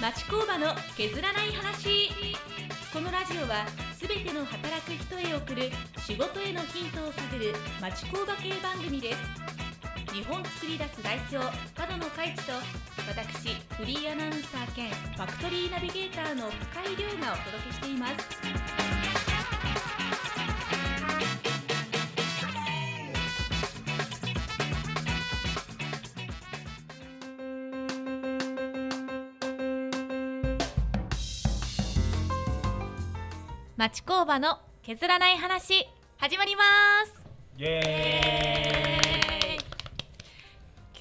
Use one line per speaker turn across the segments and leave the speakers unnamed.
町工場の削らない話このラジオはすべての働く人へ送る仕事へのヒントを探る町工場系番組です日本作り出す代表角野海地と私フリーアナウンサー兼ファクトリーナビゲーターの深井亮がお届けしています町工場の削らない話始まります
イエ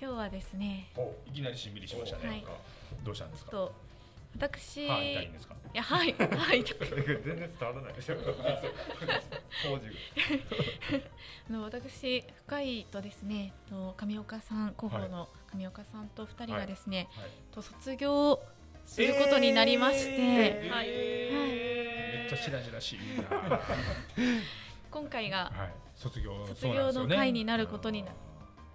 今日はですね
ーイおいきなりしんみりしましたね、
はい
なんかどうしたんです
ちょっ
かは
と私、
い痛いんですか
いやはいはい
全然伝わらない ですよ工事
あの私深井とですねと上岡さん広報の上岡さんと二人がですね、
はいはい
と卒業することになりまして、
えー
はい
めっちゃしらじらしいなは
今回が
い卒業
卒業の会になることにな
る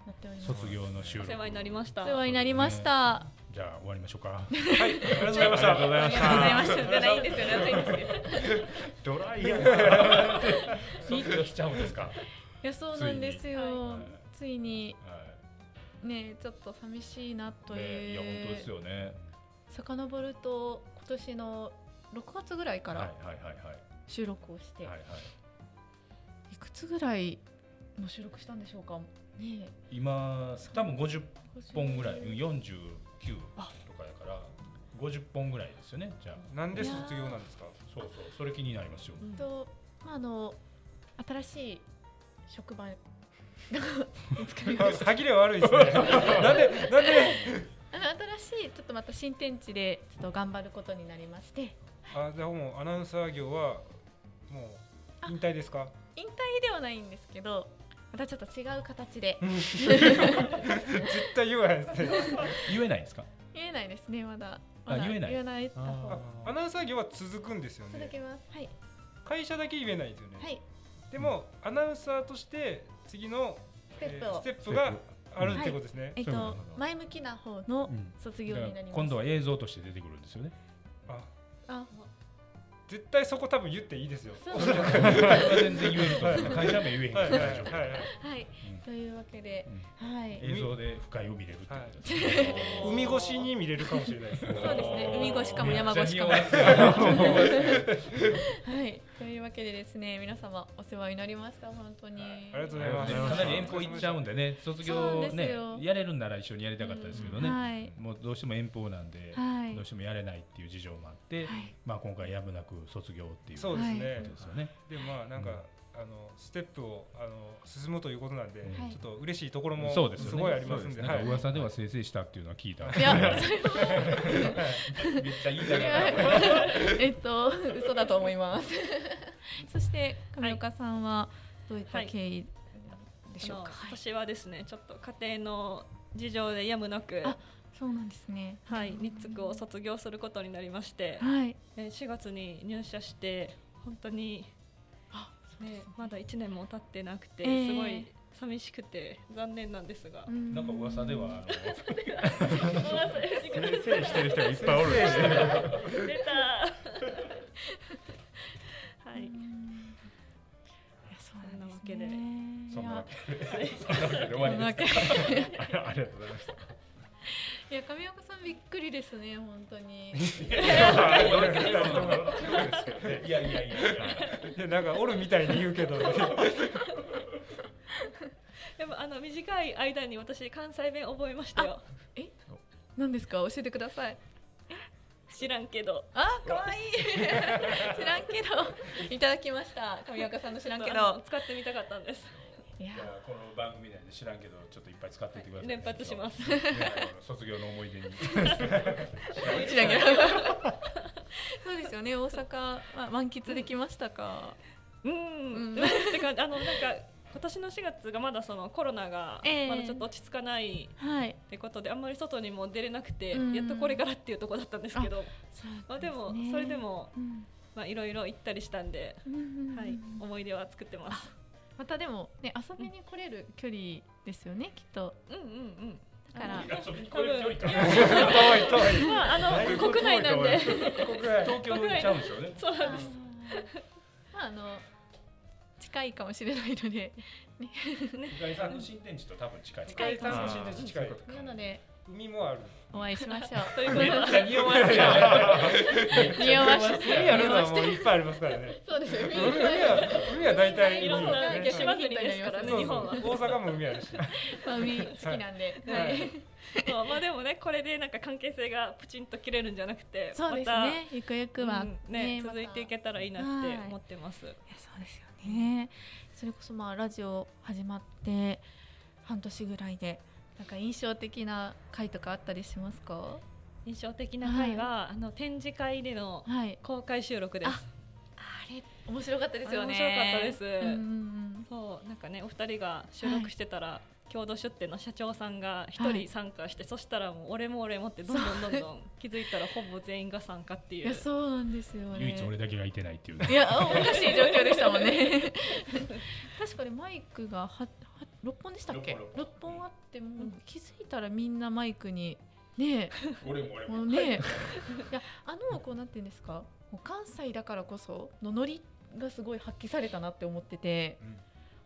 なっております。
卒業の収録
お世話になりました
お世話になりました。
じゃあ終わりましょうかはいありがとうございましたありがとうございまし
あり
た
がとうございました。じゃないんですよ、じゃないんですよ。
ドライヤ ー卒業しちゃうんですか
いや、そうなんですよ。 ついに
は
ね、ちょっと寂しいなと
いねい
い
や
う。
本当ですよね
遡ると、今年の6月ぐらいか
はい
ら
はいはいはい
収録をして、
はいはい
いくつぐらいの収録したんでしょうか。ねえ、
今多分50本ぐらい
50
49とかやから50本ぐらいですよねじゃあ
なんで卒業なんですか。
そうそうそれ気になりますよ
えっと、まあ、あの、新しい職場。見つかり ました。
歯切れ悪いですね。 なんで、なんで。
あの、新しい、ちょっとまた新天地で、ちょっと頑張ることになりまして。
あ、じゃあもうアナウンサー業はもう引退で すか。
引退ではないんですけど、またちょっと違う形で。
絶対言わない ですね。
言えないんですか
言えないですね、まだ。
あ
まだ
言えない
言えない。
あ
あアナウンサー業は続くんですよ
続
ね。
けます。はい。
会社だけ言えないですよね。
はい。
でもアナウンサーとして次の
ステップを
ステップがあるってことですね。
えっ
そうな
と
んだ、
前向きな方の
うん
卒
だ
業
か
にな
ら
ります。
今度は映像として出てくるんです よね
あ、
あ、
絶対そこ多分言っていいですよ。
そうです。
それは全然言えると思う会社名言えへんか
は
ら
いはい
大
はい
丈夫
はい。
はい。というわけで、はい。
うん映像で深いを見れるってことですね
海越しに見れるかもしれないですね。
そうですね海越しかも山越しかも
めっちゃ匂わせる
はい、というわけでですね、皆様お世話になりました、本当に。
はいありがとうございます
かなり遠方行っちゃうんでね卒
そう
業
なんです
ね
よ
やれるんなら一緒にやりたかったですけど
うん
ね
はい
もうどうしても遠方なんで
はい
どうしてもやれないっていう事情もあって
はい
まあ今回やむなく卒業っていう
そう
こ
です
は
ね
と。ですよね
でもまあなんか、
うん
あのステップをあの進むということなんで、
はい
ちょっと嬉しいところも
そうですよね
すごいありますんで、
そうなんか噂では生成したっていうのは聞いた
いや、
めっちゃいいじゃ
い
ない
やえっと、嘘だと思います。そして、上岡さんはどういった経緯でしょうか。
あの
はい、
私はですねちょっと家庭の事情でやむなく
あそうなんですね。
はい日津を卒業することになりまして、
はい、
えー4月に入社して本当に
あそうです
ね
ね
まだ1年も経ってなくて、
ええ
すごい寂しくて残念なんで すが、
なんか噂では
忘れて
生してる人がいっぱいおるんですね
くれた
う
は
ん。
い
いやそうなんですね。
そんなわ
いや
けでそんなわけで終わりで
そんなわけ
すありがとうございました。
いや、上岡さんびっくりですね、本当に。
いやいやいやいや。
いやなんかおるみたいに言うけ ど、
でもあの短い間に私関西弁覚えましたよ
何ですか、教えてください。
知らんけど
あ、可愛いい。知らんけど、いただきました。上岡さんの知らんけ
ちょっとあの
ど。
使ってみたかったんです
いや
じゃあこの番組内で知らんけどちょっといっぱい使っていってください、。
連発しますす
卒業の思い出に。
知らんけど。 そうですよね、大阪、ま満喫できましたか。
う
うん
ん、てかあのなんか今年の4月がまだそのコロナが
ええ
まだちょっと落ち着かない
はい。
ってことで、あんまり外にも出れなくて、
うん
やっとこれからっていうとこだったんですけど、
そう
まあでもそれで。も
うん
まあいろいろ行ったりしたんで、
うんうんうん
はい思い出は作ってます。
またでもね遊びに来れる距離ですよねきっと
うんうん
だから
それ
こえる距
離
遠い
うん。まああ
だい
の
ぶ遠い
国内なんで。
遠い。国外。
東京に行っちゃうんでしょうね。
そうなんです。
まああの近いかもしれないので
向井さんの新天地と多分近い。
近い
向井さんの新天地近いことか。
なので
海もある。
お会いしましょう
ということで。
じゃ匂わせや。
匂わし
海やるのはもういっぱいありますからね。
そうですよ
海は海は大体
い
海
ろん
よ
な
ね。
下島国ですからね
そう
日
そ
本は
う。大阪も海あるし。
まあ海好きなんで、
は
はいい、
そうまあでもねこれでなんか関係性がプチンと切れるんじゃなくて
そうです
ま
ねゆくゆ
た
くは、
うんね
また
続いていけたらいいなって思ってます。
いやそうですよねそれこそまあラジオ始まって半年ぐらいでなんか印象的な回とかあったりしますか
印象的な回はあの展示会での
はい
公開収録です。
あれ面白かったですよね
あれ面白かったです
うんうん
そうなんかねお二人が収録してたら、共同出店の社長さんが一
はい
人参加して、そしたらもう俺も俺もってどんどんどんどん気づいたらほぼ全員が参加って
うんい
いう
やそうなんですよね
唯一俺だけがいてないっていうね。
いやおかしい状況でしたもんね確かにマイクがはは6本でしたっけ
六本
6
六本
本あっても
うん
気づいたらみんなマイクにね
俺も俺
えもうねえ、い、やあのこうなんていうんですかこう関西だからこそのノリがすごい発揮されたなって思ってて、
うん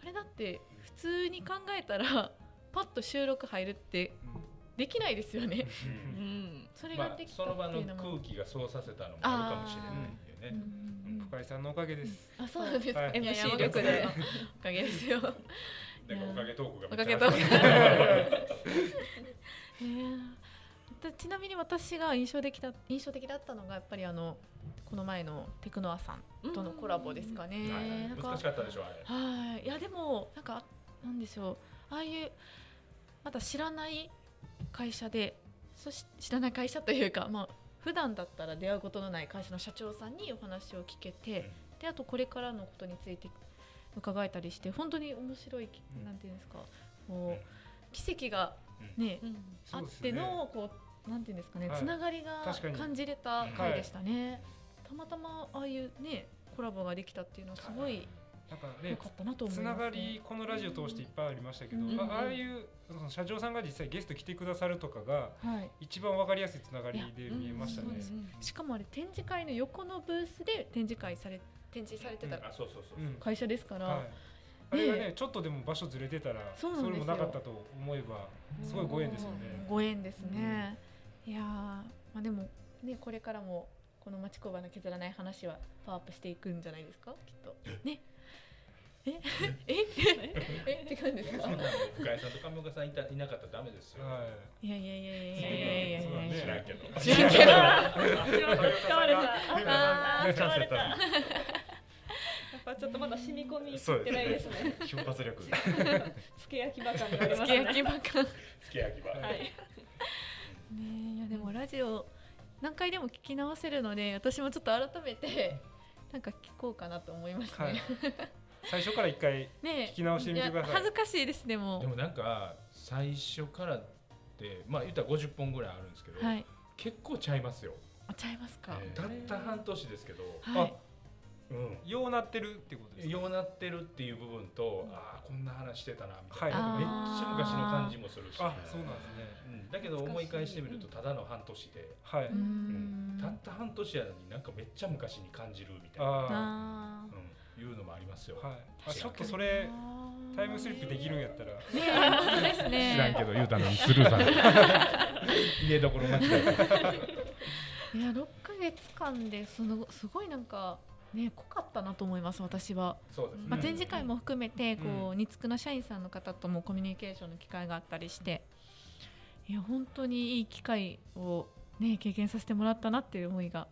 あれだって普通に考えたらパッと収録入るってできないですよね
うん
それ
ま
が
あ
できた
その場
って
の
いうのも、
空気がそうさせたのもあるかもしれない
う
よ
ん
ね。
うんうん
深井さんのおかげです。
あそうなんですか、
はい
MC 力でおかげですよ
だからおかげトーク
お
がめ
か
っち
げ
ゃ
と
あ
う
る。
ございます。でちなみに私が印象的だ印象的だったのがやっぱりあのこの前のテクノアさん
うん
とのコラボですかね。なん
難しかったでしょあれ。
はい。いやでもなんかなんでしょうああいうまだ知らない会社でそし知らない会社というかまあ普段だったら出会うことのない会社の社長さんにお話を聞けて、であとこれからのことについて伺えたりして本当に面白いき、
うん
なんていうんですかこう奇跡がね、
うん
あ
そう
っ
です
て
ね
のこうなんていうんですかね、
はい
つながりが
確かに
感じれた
うん
回でしたね、たまたまああいうねコラボができたっていうのはすごい
なんか
良
ね
かったなと思い
つ
ま
な
す、
がりこのラジオ通していっぱいありましたけど、
うん
あああいうその社長さんが実際ゲスト来てくださるとかが
はい
一番わかりやすいつながりで見えましたね
いや。しかもあれ展示会の横のブースで展示会され展示されてた
あそうそうそう
う。ん
会社ですから、
はい、あれがね
ね
ちょっとでも場所ずれてたら
そうなんですよ
れもなかったと思えばすごいご縁ですよね。
ご縁ですね、いやーまあでもねこれからもこの町工場の削らない話はパワーアップしていくんじゃないですかきっとねええええ違うんですか
そんなの深井さんと上岡さんいたいなかったらダメですよ。
はい
やいやいやいやいやいやいやい
そうだ
やい
ね
や
知らんけど。
知らん
けど
使われた。あ
あ
ー使われ た。や
た。
っぱちょっとまだ染み込みきってないです ね。
瞬発力。
つけ焼きバカになり
つ
ます
け焼
ね。
きばっかね
つけ焼きは。
はい。
えいやでもラジオ何回でも聞き直せるので私もちょっと改めてなんか聞こうかなと思いました
は
ね、
い、最初から一回
ねえ
聞き直してみてください
や恥ずかしいですでも
でもなんか最初からってまあ言ったら50本ぐらいあるんですけど、
はい
結構ちゃいますよ。
あちゃいますか、
えーたった半年ですけど、
はい
うん、
ようなってるってことですか。
ようなってるっていう部分と、ああこんな話してたなみたいな、
はい
めっちゃ昔の感じもするし、
あそうなんですね。
うんだけど思い返してみるとただの半年で、
はい。
うー
うん
ん
たった半年やのになんかめっちゃ昔に感じるみたいな、
あ
あ
うん、いうのもありますよ。
あはい。あちょっとそれタイムスリップできるんやったら。
ねえそうですね
知 らんけど言うたのにスルーされた 家どころ間違えた
いや六ヶ月間でそのすごいなんかね濃かったなと思います私は、
そうですね、
まあ、
うん
展示会も含めてこう、
う
ニツクの社員さんの方ともコミュニケーションの機会があったりしていや本当にいい機会をね経験させてもらったなっていう思いが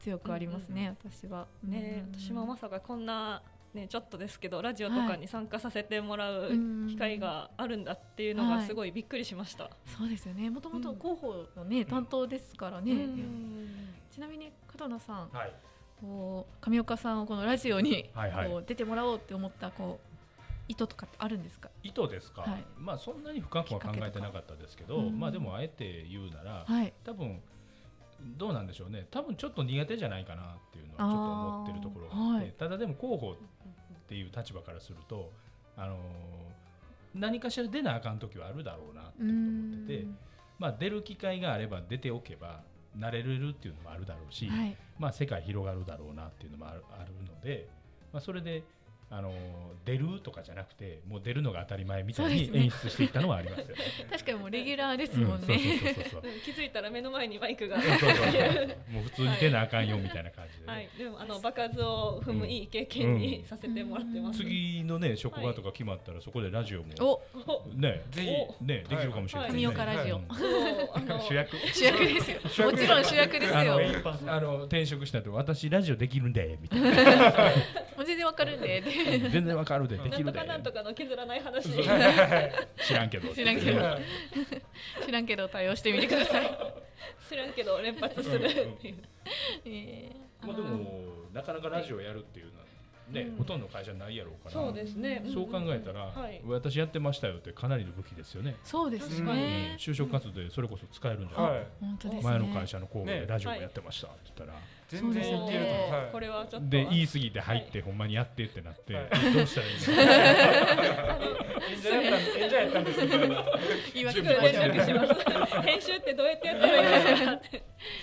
強くありますね、私は
ね
うん
私もまさかこんなねちょっとですけどラジオとかに参加させてもらう
うん
機会があるんだっていうのがすごいびっくりしました。
そうですよねもともと広報のね、担当ですからね、
うん
ちなみに片野さん
はい、
こう上岡さんをこのラジオに
はいはい
こう出てもらおうって思ったこう意図とかってあるんですか
意図ですか、
はい
まあそんなに深くは考えてなかったですけど、
きっかけとかうん
まあでもあえて言うなら、
はい
多分どうなんでしょうね多分ちょっと苦手じゃないかなっていうのはちょっと思ってるところがあ
あー
って
はい
ただでも広報っていう立場からするとあの何かしら出なあかん時はあるだろうなっ
う
てこと
ん
思ってて、まあ、出る機会があれば出ておけば慣れれるっていうのもあるだろうし、
はい
まあ、世界広がるだろうなっていうのもあるあるので、まあ、それであの出るとかじゃなくてもう出るのが当たり前みたい
そうです
に
ね
演出していったのはあります よね。
確かにもうレギュラーです
うん
もんね、
そうそうそ うそうそう
気づいたら目の前にバイクが
そうそうそうもう普通に出なあかんよみたいな感じでね、
はい、でもあの場数を踏むいい経験
う
に
ん
させてもらってます。
次のね職場とか決まったらそこでラジオも、
お
お
ね
ぜ
お
ねできるかもしれない、
はい
ね
神岡ラジオ
うん
そうあの
主役
主役ですよ
主役
もちろん主役です
あの
よ
メインパーソあの転職したと私ラジオできるんでみたいな
もう全然わかるんで
全然わかるでで
な
きる
んと
で
かなんとかの削らない話。
そう知らんけど
知らんけど知らんけど対応してみてください、
知らんけど連発するっていう。
えー
まあでもなかなかラジオやるっていうのはね、
うん
ほとんどの会社ないやろうから
そうですね。
そう考えたら、
はい
私やってましたよってかなりの武器ですよね、
そうです
うん
うん
ね、
就職活動でそれこそ使えるんじゃない、
はい
本当ですね
前の会社の候補で
ね
ラジオやってましたって言ったら、
全然いけると思う
も
は
う
い
これはちょっと。
で言い過ぎて入ってほんまにやってってなって、
はい
どうしたらいいんですか
演者やったん演者やったんですけど
言い
す
訳
ぐ
ばっ
連
かり
絡します。編集ってどうやってやったらいいですかって。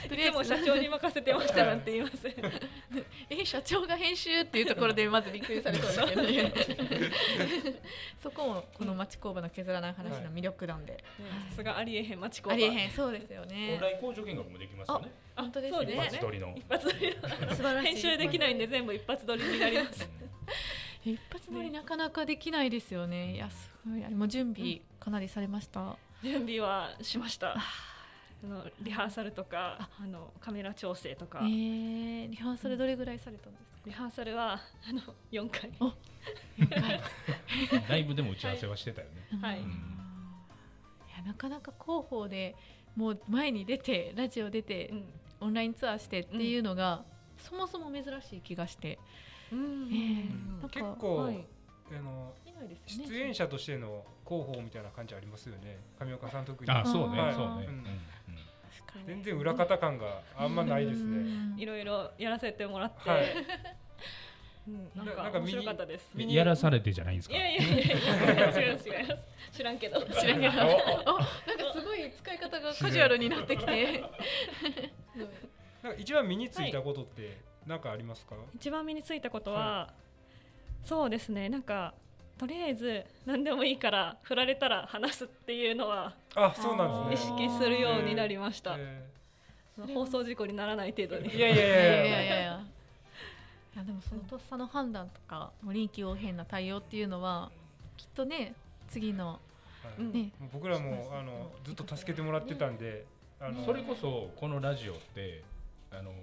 とりあ
い
え
つも
ず
社長に任せてましたなんて言います。
え社長が編集っていうところでまずびっくりされそうですけどねそこもこの町工場の削らない話の魅力なんで、
さすがありえへん町工場。
ありえへんそうですよ
オン
ね
ライン工場見学もできますよね
あ
本当ですね
そうです
一
ね
発撮りの、
一発撮りの
素晴らしい
編集できないんで全部一発撮りになり ます。
一発撮りなかなかできないですよねいやすごいあれも準備かなりされました、
準備はしました。あのリハーサルとかあのカメラ調整とか、
えー、リハーサルどれぐらいされたんですか
リハーサルはあの4回
うんライブでも打ち合わせはしてたよね、
はい
うんいやなかなか広報でもう前に出てラジオ出て、オンラインツアーしてっていうのが、そもそも珍しい気がして、
うん、
えーなんか
結構
はい
あの
いないですよね
出演者としての広報みたいな感じありますよね上岡さん特に
あそうね
はい
そうね、う
うん
んうん
確かに
全然裏方感があんまないです
う
ね
ん
いろいろやらせてもらって、
はい
うん、
な
なん
な
か
んか
面
右
白かったです。
右
やらされてじゃないんです
い
か。
やいやいやいや違う違います。知らんけど。
知らんけどお
お
なんかすごい使い方がカジュアルになってきて すごい
なんか一番身についたことって何かありますか
一番身についたことは、そうですねなんかとりあえず何でもいいから振られたら話すっていうのは
あそうなん
意
ですね
識するようになりました。
え
ー
放送事故にならない程度に
ー。いやいやい
い
や
や
い
い
や
やいやいやでもそのとっさの判断とかもう臨機応変な対応っていうのはきっとね次の
はい
うん
ね、
もう僕らもあのずっと助けてもらってたんであの
それこそこのラジオってあのー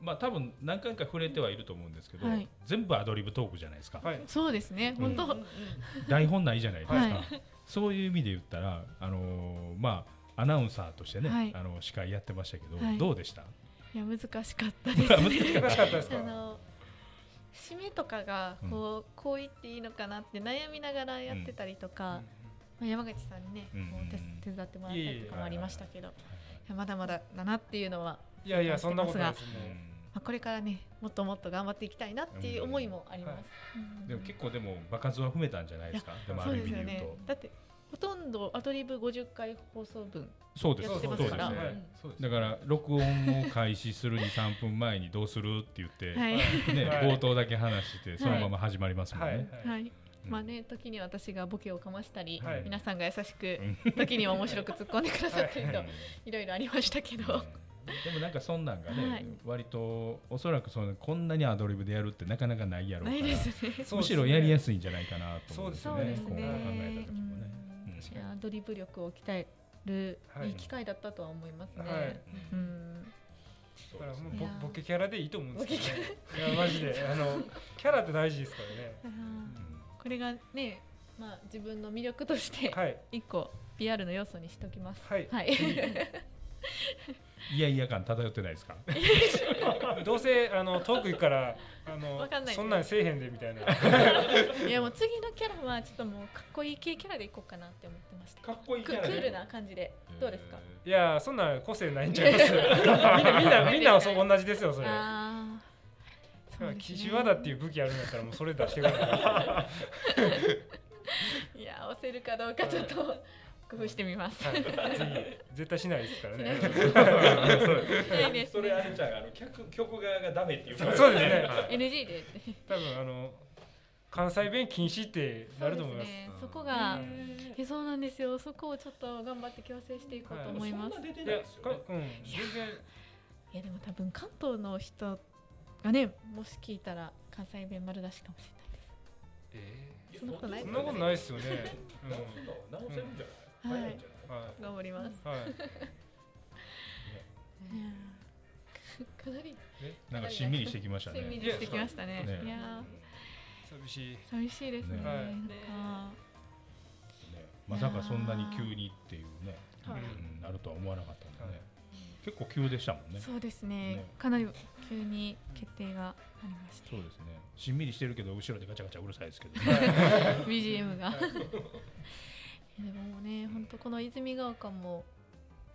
まあ多分何回か触れてはいると思うんですけど、
はい
全部アドリブトークじゃないですか。
はい
そうですね本当、
うんうん
台本ないじゃないですか。
は
そういう意味で言ったらあのーまあアナウンサーとしてね、
はい
あの司会やってましたけど、
はい
どうでした？
いや難しかった ですね
難しかったですか
あの締めとかがこう,、こう言っていいのかなって悩みながらやってたりとか、まあ、山口さんにね、
うん
こう手手伝ってもらったりとかもありましたけど、いやまだまだだなっていうのは、
いやいやそんなことないです
う
ね
まあ、これからねもっともっと頑張っていきたいなっていう思いもあります。うん
んでも結構でも場数は踏めたんじゃないですか。でもあ
そう
る意
です
味
よ
で言う
ね
と、
だってほとんどアドリブ50回放送分
そうで
や
すそ
っ
う
て
で
ますす
ね
か。ら
はいそうです
だから録音を開始する23分前にど うするって言って、
はい、
ね
はい
冒頭だけ話してそのまま始まりますもん
はい
ね。
はい
はい
うん
まあね時には私がボケをかましたり、
はい
皆さんが優しく時には面白く突っ込んでくださったりと、い、ろいろありましたけど、
でもなんかそんなんがね、
はい
割とおそらくそのこんなにアドリブでやるってなかなかないやろうか
な
ら
いですね。
むしろやりや
い
すいんじゃないかなと思うんですよ
そうで
ね
す
こう考え
ね
た時もね。
うん
うん
いやアドリブ力を鍛える
はい
いい機会だったとは思いますね。
はい
うん
そ
だから
う
もう
いや
ボ
ー
ボケキャラでいいと思うんですけどねいやマジであのキャラって大事ですからね
あーこれがね、まあ、自分の魅力として
はい
一個 PR の要素にしときます。
はい
はい、
いやいや感漂ってないですか。
どうせあの遠く行くからあの
わかんない
そんなんせえへんでみたいな
いやもう次のキャラはちょっともうかっこいい系キャラでいこうかなって思ってました。
かっこい
ククールな感じでどうですか。
いやーそんなん個性ないんちゃいますみんなみんなみんなそう同じですよそれ
ああ、。
岸和田っていうう武器あるんだったらもうそれ出してください
せるかどうかちょっと工夫してみます。
はいぜひ絶対しないですからね。
ないです
それあれじゃんあの客局側がダメっていう
そうそうですね。
NG でって。
多分あの関西弁禁止ってなると思います。
そうでね
うん
そこが
うん
えそうなんですよ。そこをちょっと頑張って矯正していこうと思います
そん。な出て
い
ない
や
です
か
よね
うん全然
いやでも多分関東の人がねもし聞いたら関西弁丸出しかもし
え
そんなことない
ーそんなことないですよね。うん
直すの直せるんじ
う
ゃない、
ん
早いんじゃない、
れ
は
ない。頑張ります。
いはい。
かなり
え
なんかしんみりしてきましたね
鮮明に
いや
してきましたね。
ね
いや
寂しい。
ー寂しいですね。
ね
はい
なんか
ねまさかそんなに急にっていうね、
はい
うん、なるとは思わなかったんでね、
はい
結構急でしたもんね
そうですね
ね
かなり急に決定がありまし
そうですねしんみりしてるけど後ろでガチャガチャうるさいですけど、
た BGM がでももうね本当この泉ヶ丘も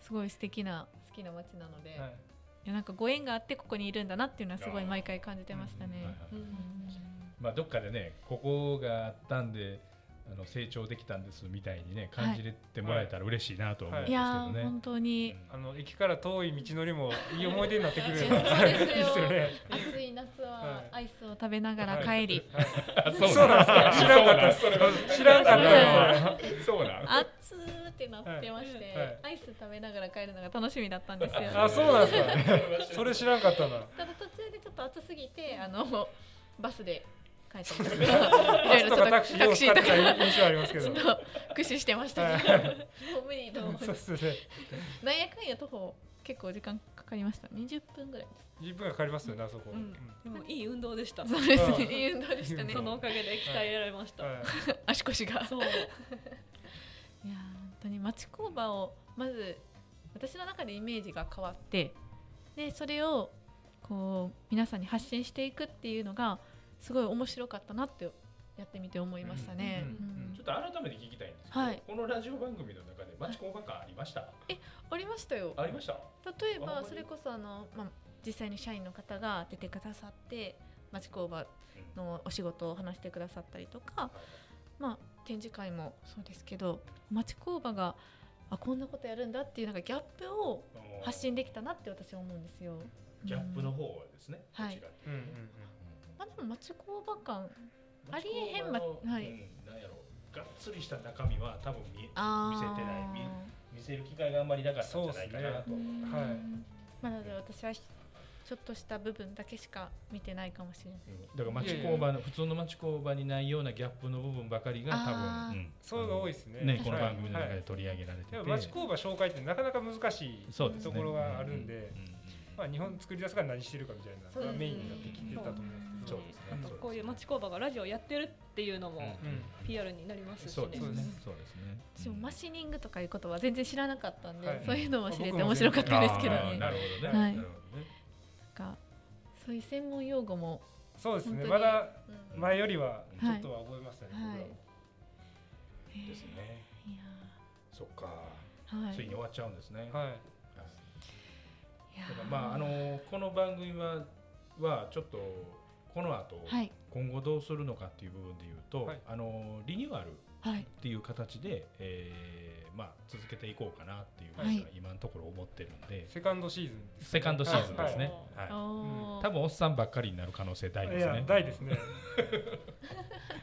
すごい素敵な好きな街なので、
はいい、
やなんかご縁があってここにいるんだなっていうのはすごい毎回感じてました
はいはい
ね。
まあどっかでねここがあったんであの成長できたんですみたいにね感じれてもらえたら嬉しいなと思うんで
は
す
い
け
や
ど
ー
ね、
本当に
あの駅から遠い道のりもいい思い出になってくれる。
そうですよ
いいっすよね。
暑い夏は
はい
アイスを食べながら帰り、
あ
そうなんですか。知らんかったです。知らんかったです。
そうなん
暑ーってなってまして、
はいはい
アイス食べながら帰るのが楽しみだったんですよ。
あ、そうなんですか。それ知らんかったな。
ただ途中でちょっと暑すぎてあの バスで帰ったりと かいろいろちょっとタ
タ
ク
ク
シ
シ
ー
ー
と
を使って
か
た印象ありますけ
ち
ど
ょっ。と駆使してましたけど、
は
もう無理と思って
そうですね。
なんやかんや徒歩結構時間かかりました20分ぐらいです
十分がかかりますよね、あそこ。
うん
う
でもいい運動でした。
そうですね
うん
いい運動でしたね
い い
そ
運動
のおかげで鍛えられました。
ん
はい
はい
足腰がいや
そう。
ー本当に町工場をまず私の中でイメージが変わってでそれをこう皆さんに発信していくっていうのがすごい面白かったなってやってみて思いましたね。
うんうんうん
うん
ちょっと改めて聞きたいんですけど、
はい
このラジオ番組の中で町工場感ありました、
ありましたよ。
ありました
例え
あ
ば
ほんまに
それこそあの、まあ、実際に社員の方が出てくださって町工場のお仕事を話してくださったりとか、まあ、展示会もそうですけど町工場があこんなことやるんだっていうなんかギャップを発信できたなって私は思うんですよ。
ギャップの
うん
方はですね、
はい
こっちが
うんうん
まあ、でも町工場感
うん
ありえへんま
町工場の
はい
うんなんやろがっつりした中身は多分見
あ
ー見せてない見見せる機会があんまりなかったんじゃないかなと、
ねはい
まあ、なので私はちょっとした部分だけしか見てないかもしれない。
うんだから町工場の普通の町工場にないようなギャップの部分ばかりが多
あー
分、うん
そういうのが多いですね。
ね
はい
この番組の中
は
で
い
取り上げられてて、
でも町工場紹介ってなかなか難しい
そうです
と
ね
ころがあるんで
う、んうん
まあ日本作り出すから何してるかみたいなのがメインになってきてたと思うんですけ
そう
ど
ですね
なんかこういう町工場がラジオやってるっていうの
うん
も
うん
PR になりますし
そう
ね
です。ねそうですね
私もマシニングとかいうことは全然知らなかったんで、
はい
そういうのも知れ
僕
て
も
面白かったですけど
あー
ね。
な
なん
るほどね、
はい
なるほどね
かそういう専門用語も、
そうです
本
ね。
当
ま
に
だ
うん
前よりはちょ
はい
っとは覚えましたね。
はい
ですね
いや
そっか、
ーはい
ついに終わっちゃうんですね、
僕らもはい。
はい
いや
だから
ー
まああのこの番組ははちょっとこの後、
はい
今後どうするのかっていう部分で言うと、
はい
あのリニューアルっ
はい
ていう形で、えーまあ、続けていこうかなっていうふう
は
に
い
は今のところ思ってるんで、
セカンドシーズンです。
セカンドシーズンですね、はい
おおー
多分おっさんばっかりになる可能性大
い
です
や
ね、
大ですね。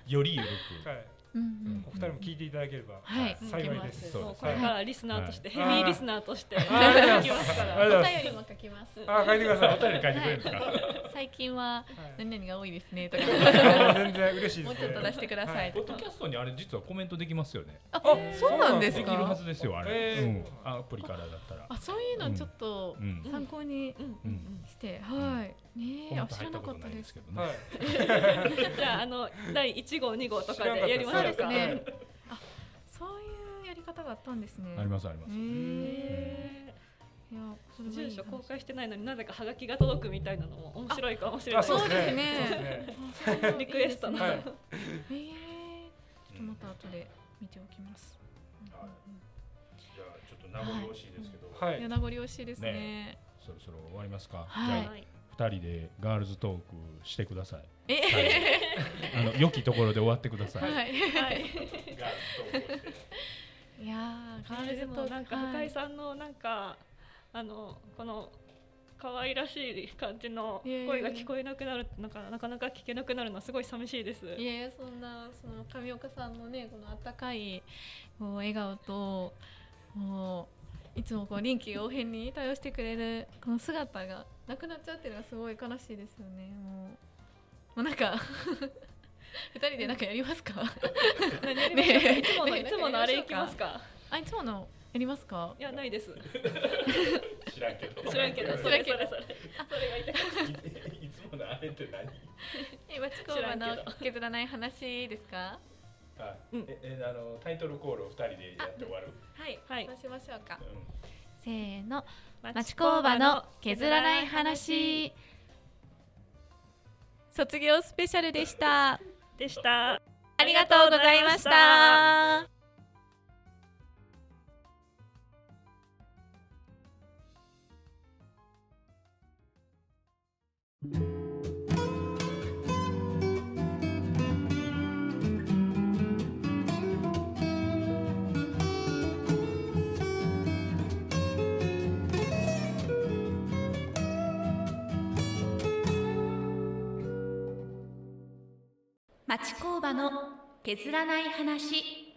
よりゆるく、
はい。
うんう
うん
ん
お二人も聞いていただければ。
はい
は
幸いです
受け
そう
もう
です
これ
ね
からリスナーとして、
はい
ヘビーリスナーとして、い
ありがとうござい
きますか
あり
ら。
が
ます
とうござい
お便りも書きます。
あ、書いてください。
お便り書いて くれるんですか、
最近は
はい
何々が多いですねとか、
全然嬉しいですね。
もうちょっと出してください
ポ
と
ッド
か。
キャストにあれ実はコメントできますよね
あ
あ
そうなんで
ですきるは
か。
ずですよあれ、
えー
うん、アプリからだったら
あそういうのちょっと
うん
参考に
うん
う
うんん
して、はいね
コ
え
メン
あ
ト
知
入
ら
った
なか
こ
っ
と
た
ない
で
です
す。
けどね、
はい。
じゃああの第1号2号とか
知らんかった
でやりましょうか
そうですね
はい
そういうやり方があったんですね。
ありますあります、
へえいやそれはいい
住所公開してないのになぜかハガキが届くみたいなのも面白いかもしれな
あ、
いです
そ
そうう
で
ですす
ね
ね。
そうですね
話
リクエストの
はい。
ええちょっとまた後で見ておきます。
はいじゃあちょっと名残惜しいですけど、
はい
いや名残惜しいですね。
そろそろ終わりますか、
はい
じゃあ
はい
2人でガールズトークしてください
え
あの良きところで終わってく ださい、
はい、
ガールズトークをして
い、やーガール
で
ズ
も
トーク
なんか
は
深井
い
さんのなんかあのこの可愛らしい感じの
いやいやいや
声が聞こえなくなるなんかなかなか聞けなくなるのはすごい寂しいです。
いやいやそんなその上岡さんのねこの温かいこう笑顔ともういつもこう臨機応変に対応してくれるこの姿がなくなっちゃうっていうのはすごい悲しいですよねもうもうなんか 二人でなんかやりますか
何やりましょうか
ね
いつもの
ね
いつものあれいきますか。
あいつものやりますか
いやないです。
知らんけど
知らんけど
い
それそれそれ。
いつものあれって何
え町工場の削らない話ですか
あ
うん
ええあのタイトルコールを2人でやって終わる、
はい
はい
そうしましょうか
うん
せーの
町
町工場の削らない話卒業スペシャルでした
でした。
ありがとうございました
町工場の削らない話